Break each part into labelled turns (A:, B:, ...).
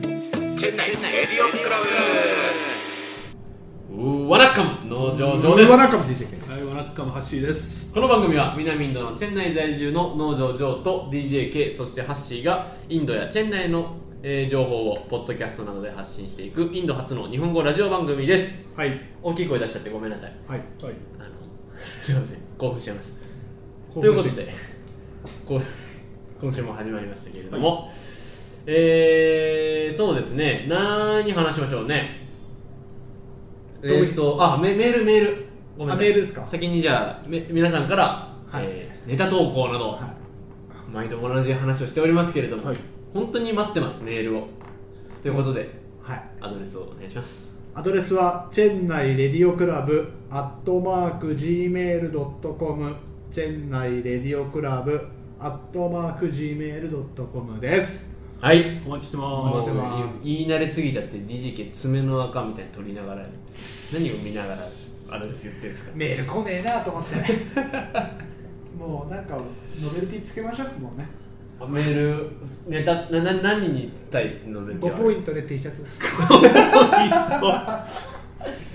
A: 店内エディオンクラ
B: うーわらっかむ農場上です
C: わらっかむでしたっけ
D: はい、ワラッカムハッシーです。
B: この番組は南インドのチェン内在住の農場上と DJK そしてハッシーがインドやチェン内の、えー情報をポッドキャストなどで発信していくインド初の日本語ラジオ番組です
C: はい
B: 大きい声出しちゃってごめんなさい
C: はい
D: はい。
B: あのすいません興奮しちゃいましたということでこう今週も始まりましたけれども、えー、そうですね何話しましょうねえ
C: うい
B: ー、とあメメールメールごめんなさい
C: あメールですか
B: 先にじゃあめ皆さんから、
C: はい
B: えーネタ投稿など、
C: は
B: 毎度同じ話をしておりますけれども、
D: はい
B: 本当に待ってますメールをということで、
C: はい
B: アドレスをお願いします
C: アドレスはチェンナイレディオクラブアットマーク Gmail.com チェンナイレディオクラブアットマーク Gmail.com です
B: はい
D: お待ちして
C: お
D: ま
C: 待
D: す
C: ちして。ます
B: 言い慣れすぎちゃって DJK 爪の赤みたいに取りながら何を見ながらアドレス言ってるんですか
C: メール来ねえなと思ってもうなんかノベルティつけましょうもうね
B: メールネタなな何に対してのネタ
C: 5ポイントで T シャツです
D: い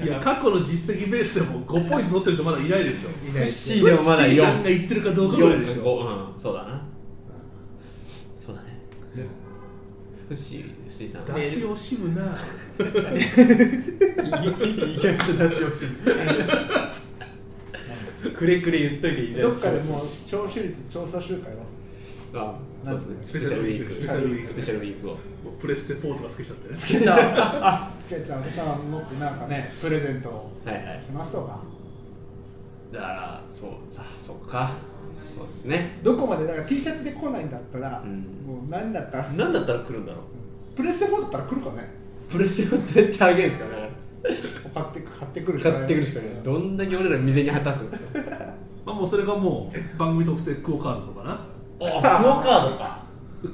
D: や、過去の実績ベースでも5ポイント取ってる人まだいないでしょ。
C: い
B: フ
C: ない
B: ッ
C: です
B: シーでもまだ
D: フッシーさん
B: 4
D: が言ってるかどうかぐらいでし
B: 4か
D: ょ。
B: 5うんそうだなそうだねフッシーフッシーさん
D: 出し惜しむな。
B: 意外と出し惜しいくれくれ言っといてい
C: どっかでもう聴取率調査集会を
B: あそうですねスペ
D: スペ
B: シ
D: シ
B: ャ
D: ャ
B: ルウ
D: ルウ
B: ィー
D: ィー
B: ク
D: ク
B: スペシャルウィークを
D: もうプレステ4とかつけちゃってね。
C: つけち ゃうつけちゃう歌を持ってなんかねプレゼントを
B: はいはい
C: しますとか
B: だからそうさそうかそうですね
C: どこまでだから T シャツで来ないんだったら、
B: うん
C: もう何だったら
B: 何だったら来るんだろう
C: プレステ4だったら来るかね
B: プレステをどうやってあげるんですかね
C: 買って買ってくる
B: 買ってくるしかないどんだけ俺ら未然に働くんですか
D: まあもうそれがもう番組特製クオカードとかな。
B: あクオカードか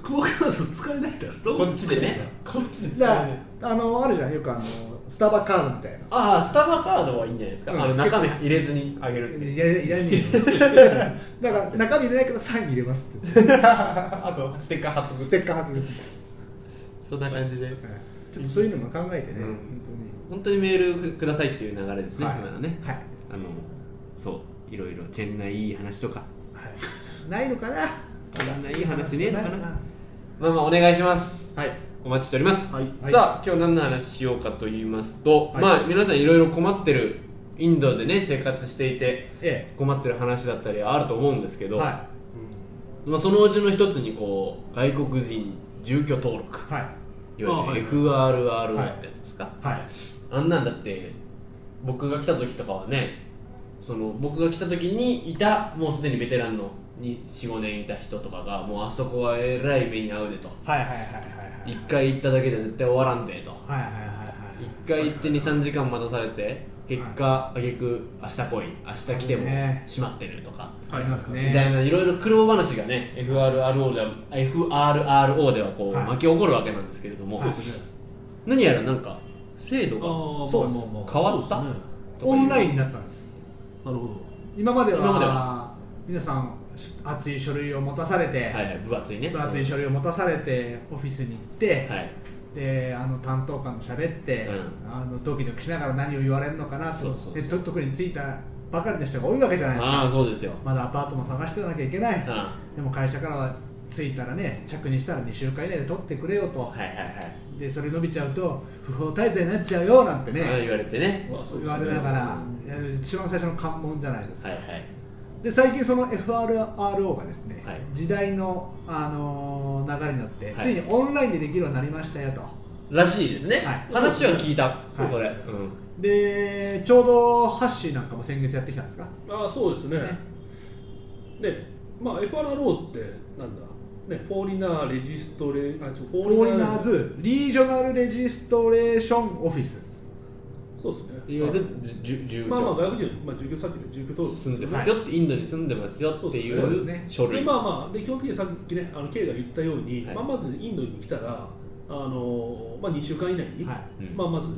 D: クオカード使えないんだろ。ど
B: こっちでね。こっちで
C: じ
B: 使
C: ゃ
B: えない
C: ああのあるじゃんよくあのスタバカードみたいな
B: ああスタバカードはいいんじゃないですか、
C: うん
B: あの中身入れずにあげるって
C: いやいらねえよだから中身入れないけどサイン入れますって
B: あとステッカー発
C: ステッカー貼ってくる
B: そんな感じで、
C: ちょっとそういうのも考えてね、
B: うん
C: 本
B: 本当にメールくださいっていう流れです
C: 当
B: ね、
C: にはい
B: 今のね
C: はい、
B: あのそういろいろチェンないい話とか
C: はい、ないのかな
B: チェンないい話ねえのか
C: い
B: なまあまあお願いします
C: はい
B: お待ちしております、
D: はい
C: はい
B: さあ今日何の話しようかと言いますと、
C: はい
B: まあ皆さんいろいろ困ってるインドでね生活していて
C: え
B: 困ってる話だったりあると思うんですけ
C: え
B: ど、
C: は
B: まあ、そのうちの一つにこう外国人住居登録
C: いはい
B: いわゆる
C: はい
B: FRRO ってやつですか、
C: はい
B: あんなんだって僕が来た時とかはねその僕が来た時にいたもうすでにベテランの45年いた人とかがもうあそこはえらい目に遭うでと
C: はいはいはいはい
B: 1回行っただけじゃ絶対終わらんでと
C: はいはいはいはい
B: 1回行って23時間待たされて結果挙句明日来い明日来ても
C: ね
B: 閉まってるとか
C: ありますね
B: みたいないろいろ苦労話がね FRRO では FRRO ではこう
C: はい
B: 巻き起こるわけなんですけれども、
C: はい
B: 何やらなんか制度
D: ああ、
B: が
D: も
C: そう
D: もも
B: 変わった
D: そうですね
C: オンラインになったんです
D: なるほど。
C: 今までは
B: 今までは
C: 皆さんし厚い書類を持たされて、
B: はいはい分厚いね
C: 分厚い書類を持たされてオフィスに行って、
B: はい
C: であの担当官と喋って、
B: うん
C: あのドキドキしながら何を言われるのかなと
B: そうそうそう
C: でと特についたばかりの人が多いわけじゃないですか
B: ああそうですよ
C: まだアパートも探してなきゃいけない、
B: あ
C: でも会社からは着いたらね着任したら2週間以内で取ってくれよと、
B: はいはいはい
C: でそれ伸びちゃうと不法滞在になっちゃうよなんてね、
B: ああ言われてね
D: まあそう
C: 言
D: ですね
C: われながら、一番最初の関門じゃないですか、
B: はいはい
C: で最近その FRRO がですね、
B: はい
C: 時代の、あのー流れになっ
B: は
C: て、
B: い
C: ついにオンラインでできるようになりましたよと
B: らしいですね、
C: はい
B: 話は聞いた
C: い
B: そこで、うん
C: でちょうどハッシーなんかも先月やってきたんですか
D: ああそうですね
C: ね
D: でまあ FRRO ってなんだねフォーリナーレジストレあちょフ
C: フ
D: ォ
C: ォーリナーズリージョナルレジストレーションオフィスです
D: そうですね
B: いわゆるじゅじゅ住居、
D: まあまあ外国人、まあ、住居先で住居登録
B: 住んで
D: よ
B: ますよって、インドに住んでますよってい
C: そうです
B: う
C: ね
B: 書
D: で
B: 類
D: まあまあで基本的にさっきねあの K が言ったように、
B: はい
D: まあ、まずインドに来たらあの、まあ、2週間以内に、
C: はい
B: うん
D: まあ、まず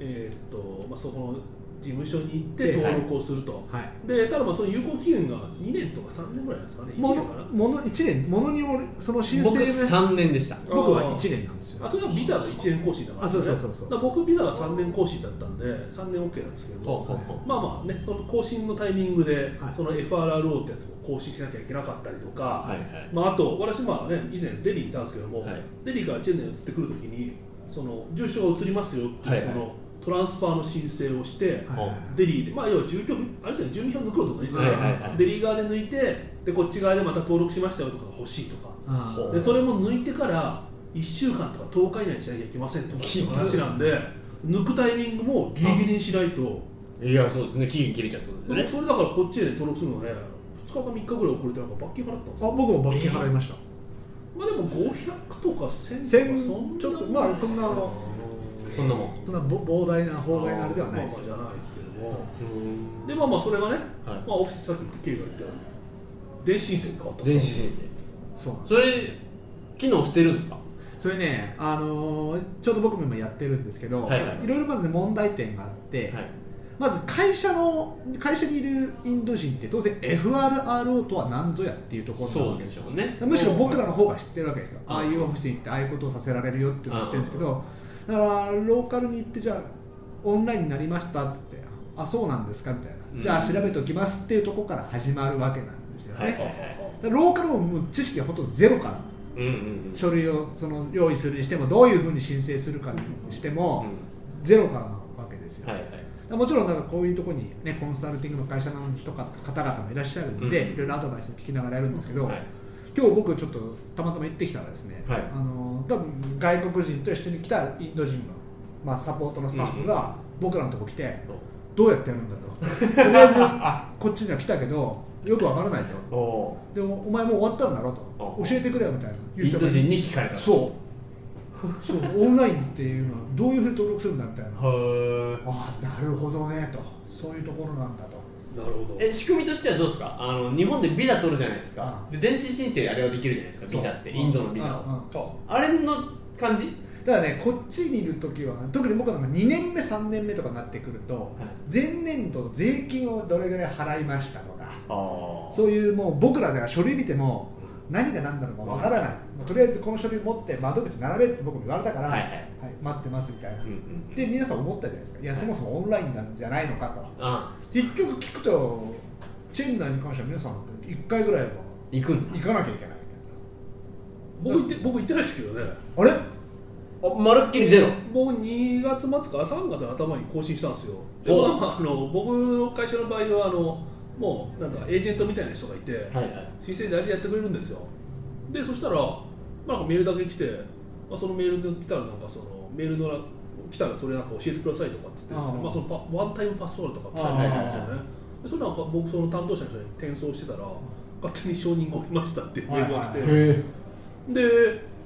D: えーっと、まあ、そこの事務所に行って
C: で
D: 登録をすると、
C: はい
D: でただまあその有効期限が2年とか3年ぐらいなんですかね1
C: も
D: 年
C: の
D: かな
C: もの1年ものによるその申請
B: 僕
C: ね
B: 3年でした
D: あー
C: 僕は1年なんですよ
D: あそれはビザが1年更新だから、
C: あそうそうそうそう
D: だから僕ビザが3年更新だったんで3年 OK なんですけど
B: ほうほうほう
D: まあまあねその更新のタイミングで、
C: はい
D: その FRRO ってやつを更新しなきゃいけなかったりとか、
B: はいはい
D: まあ、あと私まあね以前デリーにいたんですけども、
B: はい
D: デリーからチェンナイに移ってくるときにその住所が移りますよっていう、
B: はいはい
D: そのトランスファーの申請をして、
C: はいはい
D: デリーで、まあ、要は住居あれですよね住民票抜くのとかですよね、
B: はいはいはい
D: デリー側で抜いてでこっち側でまた登録しましたよとかが欲しいとか
C: あー
B: ほう
D: でそれも抜いてから1週間とか10日以内にしなきゃいけませんとかっていう話なんで抜くタイミングもギリギリにしないと、
B: いやそうですね期限切れちゃったんですよね
D: それだからこっちで、登録するのね2日か3日ぐらい遅れてなんか罰金払ったんです
C: あ
D: よ
C: 僕も罰金払いました
D: まあでも500とか1000とかそん
C: 千
D: な
C: ちょっとまあそんな
B: そんなもん
C: そんなぼ膨大な法外なあれではないで
D: ですす
C: よ
D: じゃないですけども
B: うん
D: でまあまあそれがね、
B: はい
D: まあオフィスさっき経営が言ったように電子申請に変わった
B: 電子申請
C: そうなんです
B: それ機能してるんですか
C: それね、あのーちょうど僕も今やってるんですけど、
B: はい
C: い
B: はい
C: ろいろまずね問題点があって、
B: はい
C: まず会社の会社にいるインド人って当然 FRRO とは何ぞやっていうところな
B: そ
C: わ
B: う
C: け
B: で
C: で
B: しょうね
C: むしろ僕らの方が知ってるわけですよ、
B: うん
C: ああいうオフィスに行ってああいうことをさせられるよっていうのを知ってるんですけど、だからローカルに行ってじゃあオンラインになりましたって言ってあそうなんですかみたいな、
B: うん
C: じゃあ調べておきますっていうところから始まるわけなんですよね、
B: はい
C: だ
B: は
C: か
B: いはい
C: らローカルももう知識はほとんどゼロから
B: うんうんうん
C: 書類をその用意するにしてもどういうふうに申請するかにしても、ゼロからなわけですよ、
B: はいはい
C: もちろんなんかこういうところに、ね、コンサルティングの会社の人か方々もいらっしゃるんで、
B: うん
C: いろいろアドバイスを聞きながらやるんですけど、
B: はい
C: 今日僕ちょっとたまたま行ってきたらですね、
B: はい
C: あの多分外国人と一緒に来たインド人の、まあ、サポートのスタッフが僕らのとこ来て、どうやってやるんだととりあえずこっちには来たけどよくわからないと
B: おお
C: でもお前もう終わったんだろと
B: うん
C: 教えてくれよみたいな
B: ーインド人に聞かれた
C: そうそうオンラインっていうのはどういうふうに登録するんだみたいな
B: は
C: ああなるほどねとそういうところなんだと
D: なるほど
B: ーえ仕組みとしてはどうですかあの日本でビザ取るじゃないですか
C: う
B: で電子申請あれはできるじゃないですかビザってインドのビザ
C: を、うんう
B: を
C: ん
B: あれの感じ
C: ただねこっちにいる時は特に僕なんか2年目3年目とかになってくると、前年度の税金をどれぐらい払いましたとか
B: ああ
C: そういうもう僕らでは書類見ても何が何なのかわからない、もうとりあえずこの書類持って窓口並べって僕も言われたから、
B: はいはい
C: はい待ってますみたいな、
B: うんうんうん
C: で皆さん思ったじゃないですかいやそもそもオンラインなんじゃないのかと、
B: あ
C: 結局聞くとチェンナイに関しては皆さん1回ぐらいは
B: 行くん
C: 行
B: だ
C: かなきゃいけない
D: 僕行って僕行ってないですけどね
C: みたいなあれ
B: あまるっきりゼロ
D: 僕2月末か3月の頭に更新したんですよで
B: ほう
D: まあまああの僕の会社の場合はあのもうなんかエージェントみたいな人がいて、
B: はいはい
D: 申請代理でやってくれるんですよでそしたら、まあ、なんかメールだけ来て、まあ、そのメールで来たらなんかそのメールのな来たらそれなんか教えてくださいとかっつってですね
C: ああ
D: まあ、そのパワンタイムパスワードとか来たりするんですよねでそれなんか僕その担当者の人に転送してたら勝手に承認がおりましたっていうメールが来て、
C: はいは
B: へ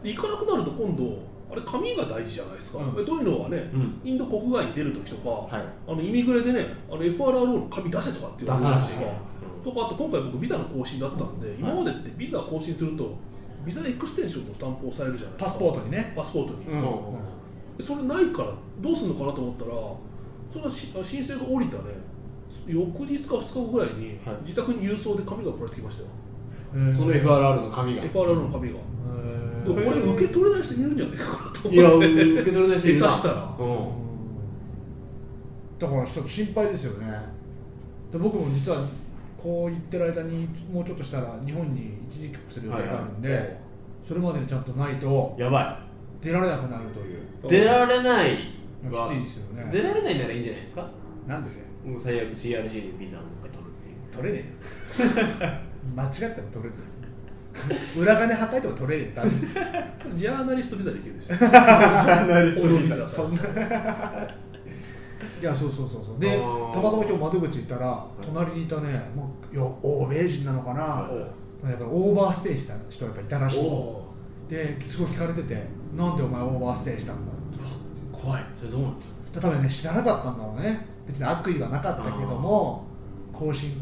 D: で行かなくなると今度あれ紙が大事じゃないですか、
C: うん
D: でというのはね
B: えうん
D: インド国外に出るときとか、
B: はい
D: あのイミグレでねあの FRRO の紙出せとかって言われるじゃないです
B: 出さ
D: か
B: ない
D: とかあと今回僕ビザの更新だったんで、今までってビザ更新するとビザエクステンションのスタンプを押さえるじゃないで
C: パ
D: すか
C: スポートにね、
D: パスポートに、
C: うん
B: うん
D: それないからどうするのかなと思ったらそのし申請が降りたね翌日か2日後ぐらいに
B: はい
D: 自宅に郵送で紙が送られてきましたよ、
C: うん
B: その FRR の紙が
D: FRR の紙が、
C: うん
D: でもこれ受け取れない人いるんじゃないかなと
B: いや
D: 思って
B: 受け取れない人いるな
D: 下手したら
B: うん
C: だからちょっと心配ですよねで僕も実はこう言ってる間にもうちょっとしたら日本に一時帰国する予定があるんで、
B: はいはい
C: それまでにちゃんとないと
B: やば
C: 出られなくなるという
B: い出られないは
C: きついですよね
B: 出られないならいいんじゃないですか
C: なんでね
B: もう最悪 CRC でビザをもう一回取るっていう
C: 取れねえよ 間違っても取れねえよ裏金はたいても取れねえよ多 分
D: ジャーナリストビザできるでしょ
C: 取れねえよそんないやそうそうそうそうで
B: あ
C: た
B: ー
C: またま今日窓口行ったら隣にいたねもういや欧米人なのかな、やっぱりオーバーステイした人がやっぱいたらしい
B: お
C: ですごい聞かれてて「なんでお前オーバーステイしたんだ」
B: 怖いそれどうなんですか
C: だから多分ね知らなかったんだろうね別に悪意はなかったけども更新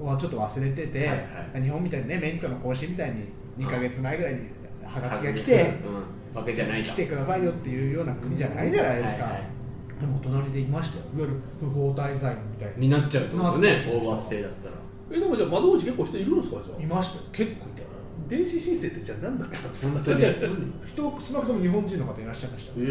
C: はちょっと忘れてて、
B: はい
C: 日本みたいにね免許の更新みたいに2か月前ぐらいにはがきが来
B: う
C: て
B: んわけじゃない
C: 来てくださいよっていうような国じゃないじゃないですか、
B: はいはい
C: でも隣でいましたよいわゆる不法滞在みたい
B: になっちゃうってこと
C: なっ
B: ね
C: ちゃう
B: オーバーステイだったら
D: えでもじゃあ窓口結構人いるんですかじゃあ
C: ないましたよ
D: 結構いたな電子申請ってじゃあ何だったんですか
B: 本当に
C: だって人少なくとも日本人の方いらっしゃいましたよ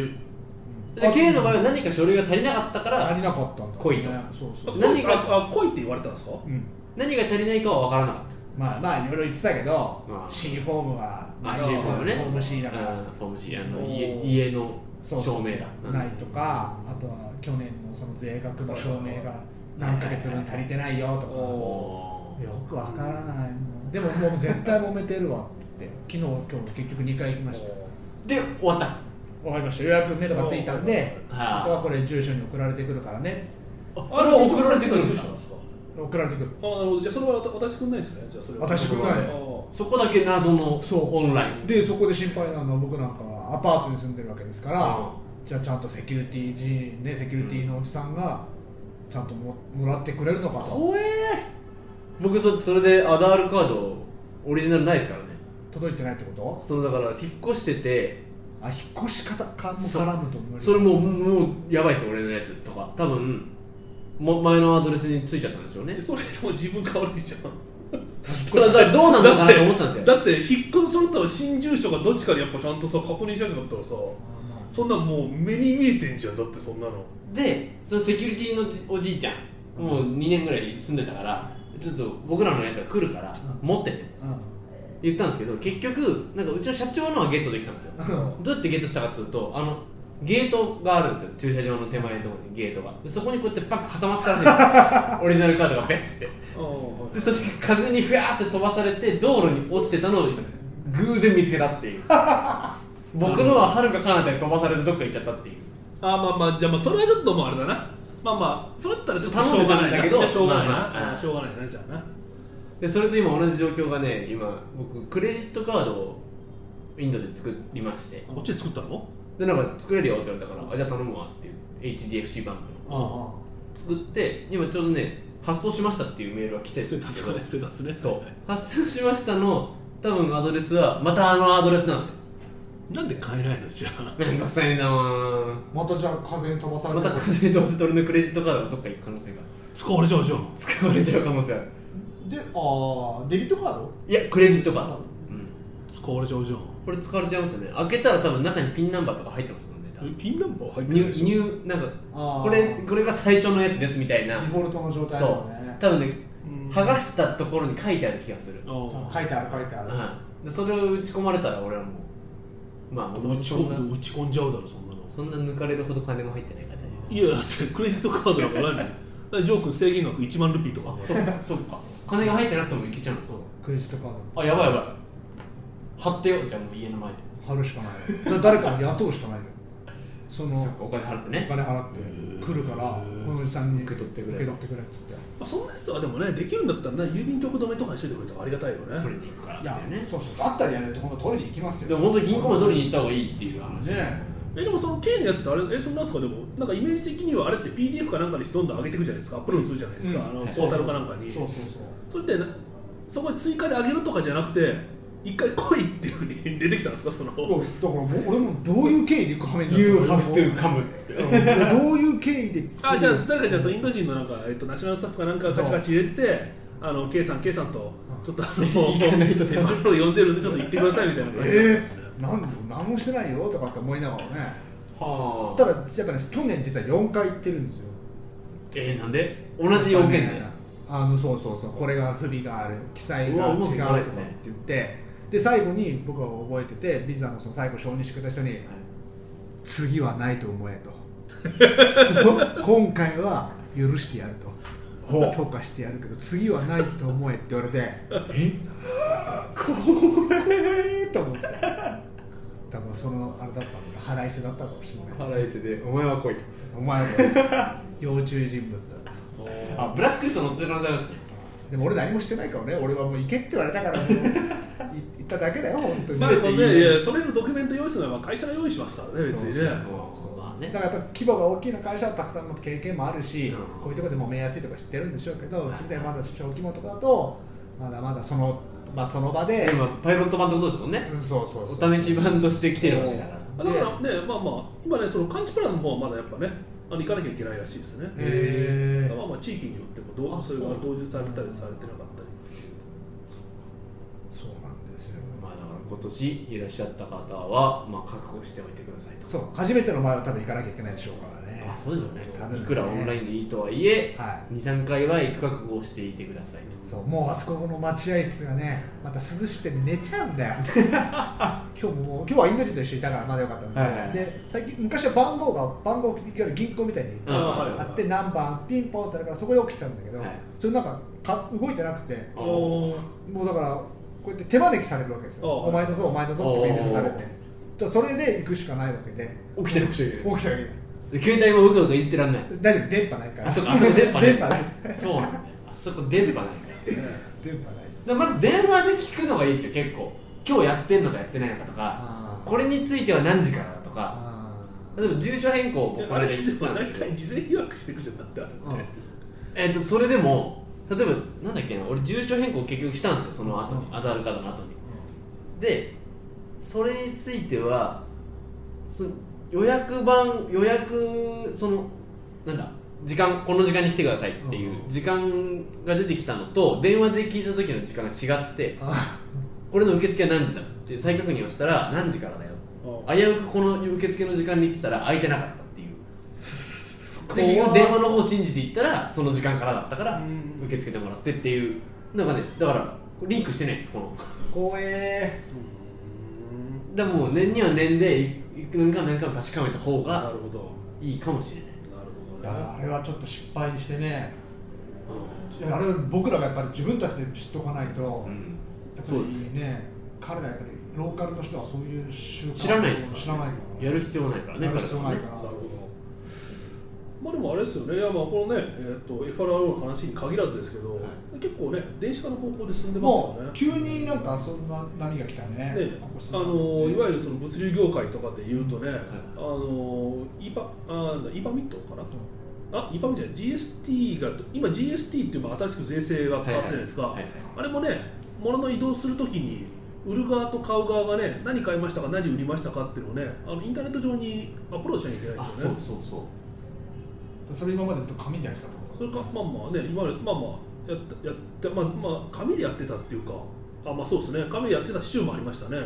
D: え
B: で K の場合は何か書類が足りなかったか
C: 足
B: ら
C: りなかったんだ
B: 来いと
C: そうそう
B: な何
D: 何
B: が
D: があ来いって言われたんですか
C: うん
B: 何が足りないかは分からなかっ
C: まあまあいろいろ言ってたけど、
B: まあ
C: C フォームは
B: たあ
C: あの
B: シーフォームね
C: フォーム C だから、
B: うんフォーム C あの
D: おー
B: 家家の
C: そうそう
B: 証明だうん
C: ないとかあとは去年のその税額の証明が何ヶ月分足りてないよとか、
D: お
B: お
D: ー
B: ー
C: よくわからないもんでももう絶対揉めてるわって昨日今日結局2回行きましたよ
B: で終わった
C: わかりました予約目とかついたんで
B: はい
C: あとはこれ住所に送られてくるからね
B: あ
D: あ
B: それは送られてくるん
D: 住
B: だ
D: 所なんですか
C: 送られてくる
D: あなるほどじゃあそれは渡してくんないですねじゃあそれは
C: 渡してくんない
D: あ
B: そこだけ謎の
C: そう
B: オンライン
C: でそこで心配なのは僕なんかはアパートに住んでるわけですから、じゃあちゃんとセキュリティ人ねセキュリティのおじさんがちゃんとももらってくれるのかと
B: 怖え僕そそれでアダールカードオリジナルないですからね
C: 届いてないってこと
B: そのだから引っ越してて
C: あ引っ越し方かも絡むと思う
B: それもうもうやばいですよ俺のやつとか多分も前のアドレスについちゃったんでしょうね
D: えそれでも自分が悪いじゃん
B: だからそれどうなんだかなと思ってたんですよ
D: だって引っ越すのと新住所がどっちかでやっぱちゃんとさ確認しなきゃだったらさそんなんもう目に見えてんじゃんだってそんなの
B: でそのセキュリティのじおじいちゃんもう2年ぐらい住んでたからちょっと僕らのやつが来るから
C: う
B: 持っててって言ったんですけど結局なんかうちの社長のはゲットできたんですよどうやってゲートしたかっていうとあのゲートがあるんですよ駐車場の手前のところにゲートがでそこにこうやってパッと挟まってたらしいんですよオリジナルカードがベッつってでそして風にふわーって飛ばされて道路に落ちてたのを偶然見つけたっていう僕のははるか彼方に飛ばされてどっか行っちゃったっていう
D: あまあまあじゃあまあそれはちょっともうあれだなまあまあそれだったらちょっとしょうがな
B: 頼んでた
D: い
B: んだ
D: な
B: けど
D: じゃあしょうがないな、
B: まあまあ
D: あーしょうがないなじゃあな
B: でそれと今同じ状況がね今僕クレジットカードをインドで作りまして
D: こっちで作ったの
B: でなんか作れるよって言われたからあじゃあ頼むわって言って HDFC バンクの作って今ちょうどね発送しましたっていうメールが来てるんですけど
D: それ出すね
B: そう発送しましたの多分アドレスはまたあのアドレスなんですよ
D: なんで買えないのじゃあ
B: めんどくさいなぁ
C: またじゃあ風に飛ばされ
B: ま
C: て
B: た
C: る
B: 風どうせ俺のクレジットカードがどっか行く可能性が
D: 使われちゃうじゃん
B: 使われちゃう可能性ある
C: でああデビットカード
B: いやクレジットカード、うん、
D: 使われちゃうじゃん
B: これ使われちゃいますよね開けたら多分中にピンナンバーとか入ってますもんね多分
D: ピンナンバー入
B: ニュニューなんか
C: あー
B: これこれが最初のやつですみたい
C: デ
B: な
C: フォルトの状態
B: そ
C: だよね
B: う多分ね
D: うん
B: 剥がしたところに書いてある気がする
D: あ
C: 書いてある書いてある、
B: はい、でそれを打ち込まれたら俺はもうまあ
D: あ
B: もとも
D: 打
B: と
D: ち
B: そ
D: 込
B: ん
D: む
B: な
D: と打ち込んじゃうだろそんなの
B: そんな抜かれるほど金も入ってないから大丈夫
D: いやだってクレジットカードだから何だ からジョー君制限額1万ルピーとか
B: ですそうそうか金が入ってなくてもいけちゃうのそう
C: クレジットカー
B: あやばいやばい貼ってよじゃあもう家の前で
C: ド貼るしかないだから誰かに雇うしかないよその
B: そっかお金払って
C: お
B: ね
C: 金払って来るからこのおじさんに
B: 受け取ってくれ
C: 受け取ってくれっつって
D: まあそんなやつとかでもねできるんだったらな郵便局止めとかにしといてくれたらありがたいよね
B: 取りに行くからっ
C: い
B: て
C: や
B: いうね
C: そうそうだったらやると今度取りに行きますよ
B: でも本当に銀行まで取りに行った方がいいっていう話
C: ね
D: えでもその K のやつってあれえそんなんすかでもなんかイメージ的にはあれって PDF かなんかにしてどんどん上げていくじゃないですかアップロードするじゃないですか、
C: うん
D: あの
B: は
D: ポ
B: い
D: ータルかなんかに
C: そうそう
D: それってなそこに追加で上げるとかじゃなくて一回来いっていうふうに出てきたんですかその
C: そうだからもう俺もどういう経緯で行くはめにな
B: 言う
C: っ
B: ハ
C: たの
B: フトゥーカム
C: うんどういう経緯で
D: あじゃあ誰かじゃあそのインド人のなんか、えっと、ナショナルスタッフかなんかがカチカチ入れててあの K さん K さんとちょっとあの
B: 行かないと
D: 手番を呼んでるんでちょっと行ってくださいみたいな感じで、
C: えー、なんで何もしてないよとかって思いながらね
B: は
C: ただやっぱね去年実は4回行ってるんですよ
B: えー、なんで同じ要件で
C: あのそうそうそうこれが不備がある記載
B: う
C: が
B: わ
C: 違
B: う
C: う
B: ま
C: と
B: くいか
C: か
B: ないで
C: って
B: すね
C: 言ってで最後に僕は覚えててビザのその最後承認してくれた人に「次はないと思え」 と「今回は許してやる」と
B: ほう
C: 「許可してやるけど次はないと思え」って言われて
B: え
C: 「これ!」と思って多分そのあれだったのが腹いせだったかもしれないです
B: 腹いせでお前は来いと
C: お前は要注意人物だった
B: あブラックリスト載ってる可能性ありますね
C: でも俺何もしてないからね俺はもう行けって言われたからもうい行っただけだよ本当に
D: ま
C: だ
D: あ
C: か
D: で
B: 全
D: も
B: ていい
D: ねいやそれのドキュメント用意するのは会社が用意しますからね別にね
C: そうそう
B: そうまあね
C: らやっぱ規模が大きな会社はたくさんの経験もあるし、
B: うん
C: こういうところで揉めやすいとか知ってるんでしょうけど、
B: はい
C: みたいなまだ小規模とかだとまだまだその,、まあ、その場で、
B: 今パイロット版ってことですもんね
C: そうそうそう
B: お試し版として来てるわけだから
D: だからねまあまあ今ねそのカンチプランの方はまだやっぱねああの行かなきゃいけないらしいですね、
C: へ
D: まあまあ地域によってもど
B: あ
D: うそれが
B: そう
D: 導入されたりされてなかったり
C: そうなんですよ
B: まあだから今年いらっしゃった方は、まあ、覚悟しておいてくださいと
C: そう初めての場合は多分行かなきゃいけないでしょうからね
B: あそうですよね
C: 多分ね
B: いくらオンラインでいいとはいえ、
C: は
B: 23回は行く覚悟をしていてくださいと
C: そうもうあそこの待合室がねまた涼しくて寝ちゃう んだよ今日ももう今日はインド人と一緒にいたからまだよかったんだけど、
B: はいはいはい
C: で最近昔は番号が番号を聞き換える銀行みたいに
B: うん
D: あー
C: あって何番ピンポンってあるからそこで起きてたんだけど、
B: はい
C: それなんかか動いてなくて
B: あ
D: おー
C: もうだからこうやって手招きされるわけですよ
D: ああ
C: お前だぞお前だぞって指さされ
B: ああ
C: てじゃあそれで行くしかないわけで
B: 起きてるくちゃいけない
C: 起きたわけで
B: で携帯もうかうかいじってらんない
C: 大丈夫電波ないから
B: あそこあそこ電波ない
C: 電波ない
B: そうなんだよあそこ電波ないから
C: 電波ない
B: じゃあまず電話で聞くのがいいですよ結構今日やってんのかやってないのかとか
C: あー
B: これについては何時からだとか
C: あ
B: 例えば住所変更を僕
D: あ
B: あ
D: れ
B: れ
D: で
B: で言ってたん
D: も
B: で
D: 大
B: すけど
D: 体事前予約していくじゃんだってあれって、
C: うん
B: えっとそれでも例えばなんだっけな俺住所変更結局したんですよその後にアダルカードの後にでそれについてはそ予約版予約そのなんだ時間この時間に来てくださいっていう
C: うん
B: 時間が出てきたのと電話で聞いた時の時間が違って
C: あ
B: これの受付は何時だっていう再確認をしたら何時からだよ危うくこの受付の時間に行ってたら空いてなかったっていうで 結
C: 怖っ
B: 局電話の方を信じて行ったらその時間からだったから
D: うん
B: 受け付けてもらってっていうなんかねだからリンクしてないんですこの
C: 怖え
D: うん
B: だからもう年には年でいいく何か何かを確かめた方
D: な
B: が
D: るほど
B: いいかもしれない、
D: なるほ
C: い
D: どね
C: やあれはちょっと失敗してね
B: う
C: いやあれ僕らがやっぱり自分たちで知っとかないと、
B: んうん
C: やっぱ
B: そうです
C: りね彼らやっぱりローカルの人はそういう習慣
B: 知らないですからね
C: 知らないか
B: やる必要ないから
C: ら
B: ね
C: やる必要ないか
D: なる
C: ら
D: ほどまあでもあれですよね、いやまあこのね、えー、と FRO の話に限らずですけど、
B: は
D: 結構ね、電子化の方向で進んでますよ
C: も
D: ね
C: う。急になんかそんな波が来たね
D: ね
C: ここ数
D: あ
C: 年
D: のいわゆるその物流業界とかで言うとね、あのイバあイバミットかな、あイバミットじゃない GST が今 GST っていうまあ新しく税制が変わったじゃないですか、
B: はいはい
D: あれもね物の移動するときに売る側と買う側がね何買いましたか何売りましたかっていうのをねあのインターネット上にアップロードしなきゃいけない
B: あ
D: です
B: そ
D: よ
B: う
D: ね
B: そうそう
C: それ今までずっと紙でやってたと
D: それかまあまあね今までまあまあやってやってまあまあ紙でやってたっていうかあまあそうですね紙でやってた週もありましたね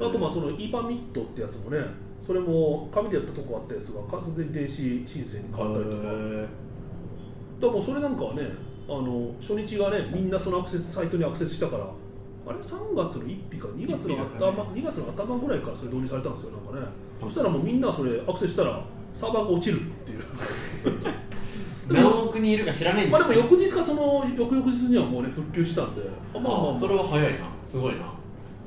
D: あとまあその e パミットってやつもねそれも紙でやったとこあったやつが完全に電子申請に変わったりとかだか
B: へ
D: らもうそれなんかはねあの初日がねみんなそのアクセスサイトにアクセスしたからあれ3月の1日か2月の
C: 一日だった
D: 頭、
C: ね
D: 2月の頭ぐらいからそれ導入されたんですよなんかねそしたらもうみんなそれアクセスしたらサーバーが落ちるっていう
B: ー何億人いるか知らないん
D: ま
B: で
D: あ
B: す
D: でも
B: よ
D: 翌日かその翌々日にはもうね復旧したんであまあまあ
B: あそれは早いなすごいな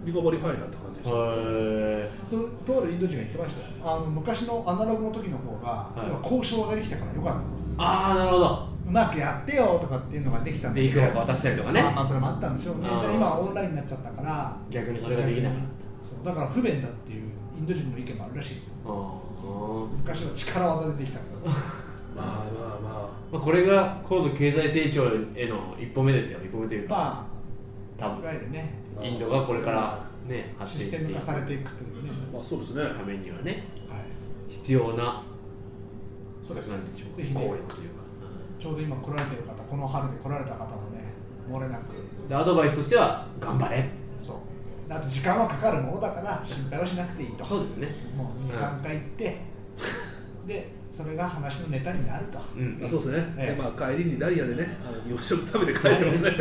D: リカバリー早いなって感じでした、
B: へ
C: そのとあるインド人が言ってましたよあの昔のアナログの時の方が、
B: はい
C: 今交渉ができたからよかったと
B: ああなるほど
C: うまくやってよとかっていうのができたんだ
B: で
C: け
B: い
C: ど
B: くらか渡したりとかね
C: まあ、まあそれもあったんでしょう
B: あ
C: ね
B: ー
C: で今オンラインになっちゃったから
B: 逆にそれができなくなった
C: そうだから不便だっていうインド人の意見もあるらしいですよ
B: あー
C: 昔は力技でできたか
D: ま
C: ら
D: あまあまあ
B: まあこれが高度経済成長への一歩目ですよ一歩目というか、
C: ま
B: 多
C: あいわ
B: 分
C: ゆるね
B: インドがこれからね発展
C: システ
B: して
C: ム
B: い
C: 化
B: く
C: さ
B: た
C: れていくというね、
D: まあそうですね
B: めにはね
C: はい、
B: 必要な
C: そうです
B: なんでしょう
C: ぜひね
B: 効力というか、
C: ちょうど今来られてる方この春で来られた方もね漏れなく
B: でアドバイスとしては頑張れ
C: そうあと時間はかかるものだから心配はしなくていいと
B: そうですね
C: もう
B: うん
C: 23回行ってでそれが話のネタになると
B: うん
D: あそうですね、
C: ええ
D: でまあ、帰りにダリアでね、あの日本食食べて帰るもんね、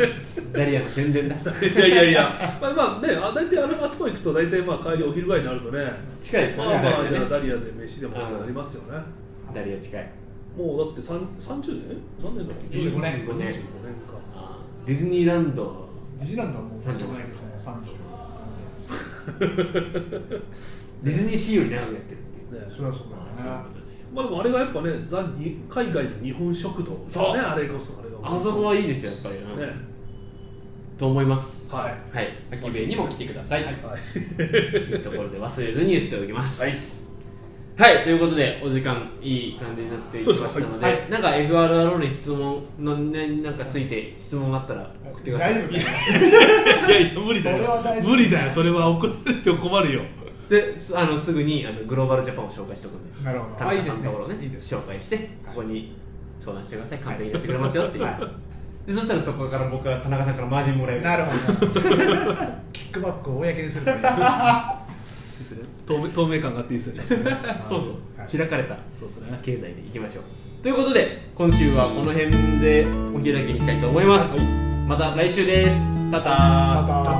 B: ダリアの宣伝だ
D: いやいやいや、まあ、まあね、あ大体あのあそこ行くと、大体まあ帰りお昼ぐらいになるとね、
B: 近いです
D: ま
B: ね
D: あ
B: ダリ
D: まあ、
B: ア
D: じゃあ
B: ね
D: ダリアで飯でもってなりますよね、
B: ダリア近い
D: もうだってさん30年、何年だっけ、
C: 25年
D: 25年か、
B: あーディズニーランド
C: ニュージーランドはもう
B: 30
C: ないですもう30なんですよ
B: ディズニーシーより長くやってるっていう
D: ね
C: それはそう
B: あーそうい
C: だ
B: うこ
C: ね
B: とですよ
D: まあ、でもあれがやっぱね、ザに海外の日本食堂、
B: そう
D: ね、あれこそ、あれが、
B: あそこはいいですよやっぱり、うん
D: ね、
B: と思います
D: はい、
B: はい秋兵衛にも来てください、
D: はい、
B: いうところで忘れずに言っておきます。はい、ということで、お時間いい感じになっていきました
D: そ
B: の
D: う
B: で、
D: です
B: なんか FRRO に質問の、ね、なんかついて質問があったら送ってください。
C: 大丈夫かない
D: やいや、無理だ
C: それは大
D: よ、
C: 丈夫
D: 無理だよ、それは送られても困るよ。
B: ですあのすぐにあのグローバルジャパンを紹介しておくんで
C: なるほど
B: 田
C: あいい
B: 中
C: で
B: さ
C: す
B: んのと
C: ね
B: ころをね
C: いいです
B: 紹介してここに相談してください完璧にやってくれますよっていう、
C: は
B: でそしたらそこから僕は田中さんからマージンもらえる
C: なるほど キックバックを公にするという
D: ですね透明透明感があっていいですよね
B: そうそう、
C: はい
B: 開かれた
D: そうですね
B: 経済でいきましょうということで今週はこの辺でお開きにしたいと思います、また来週ですタタ
C: タタ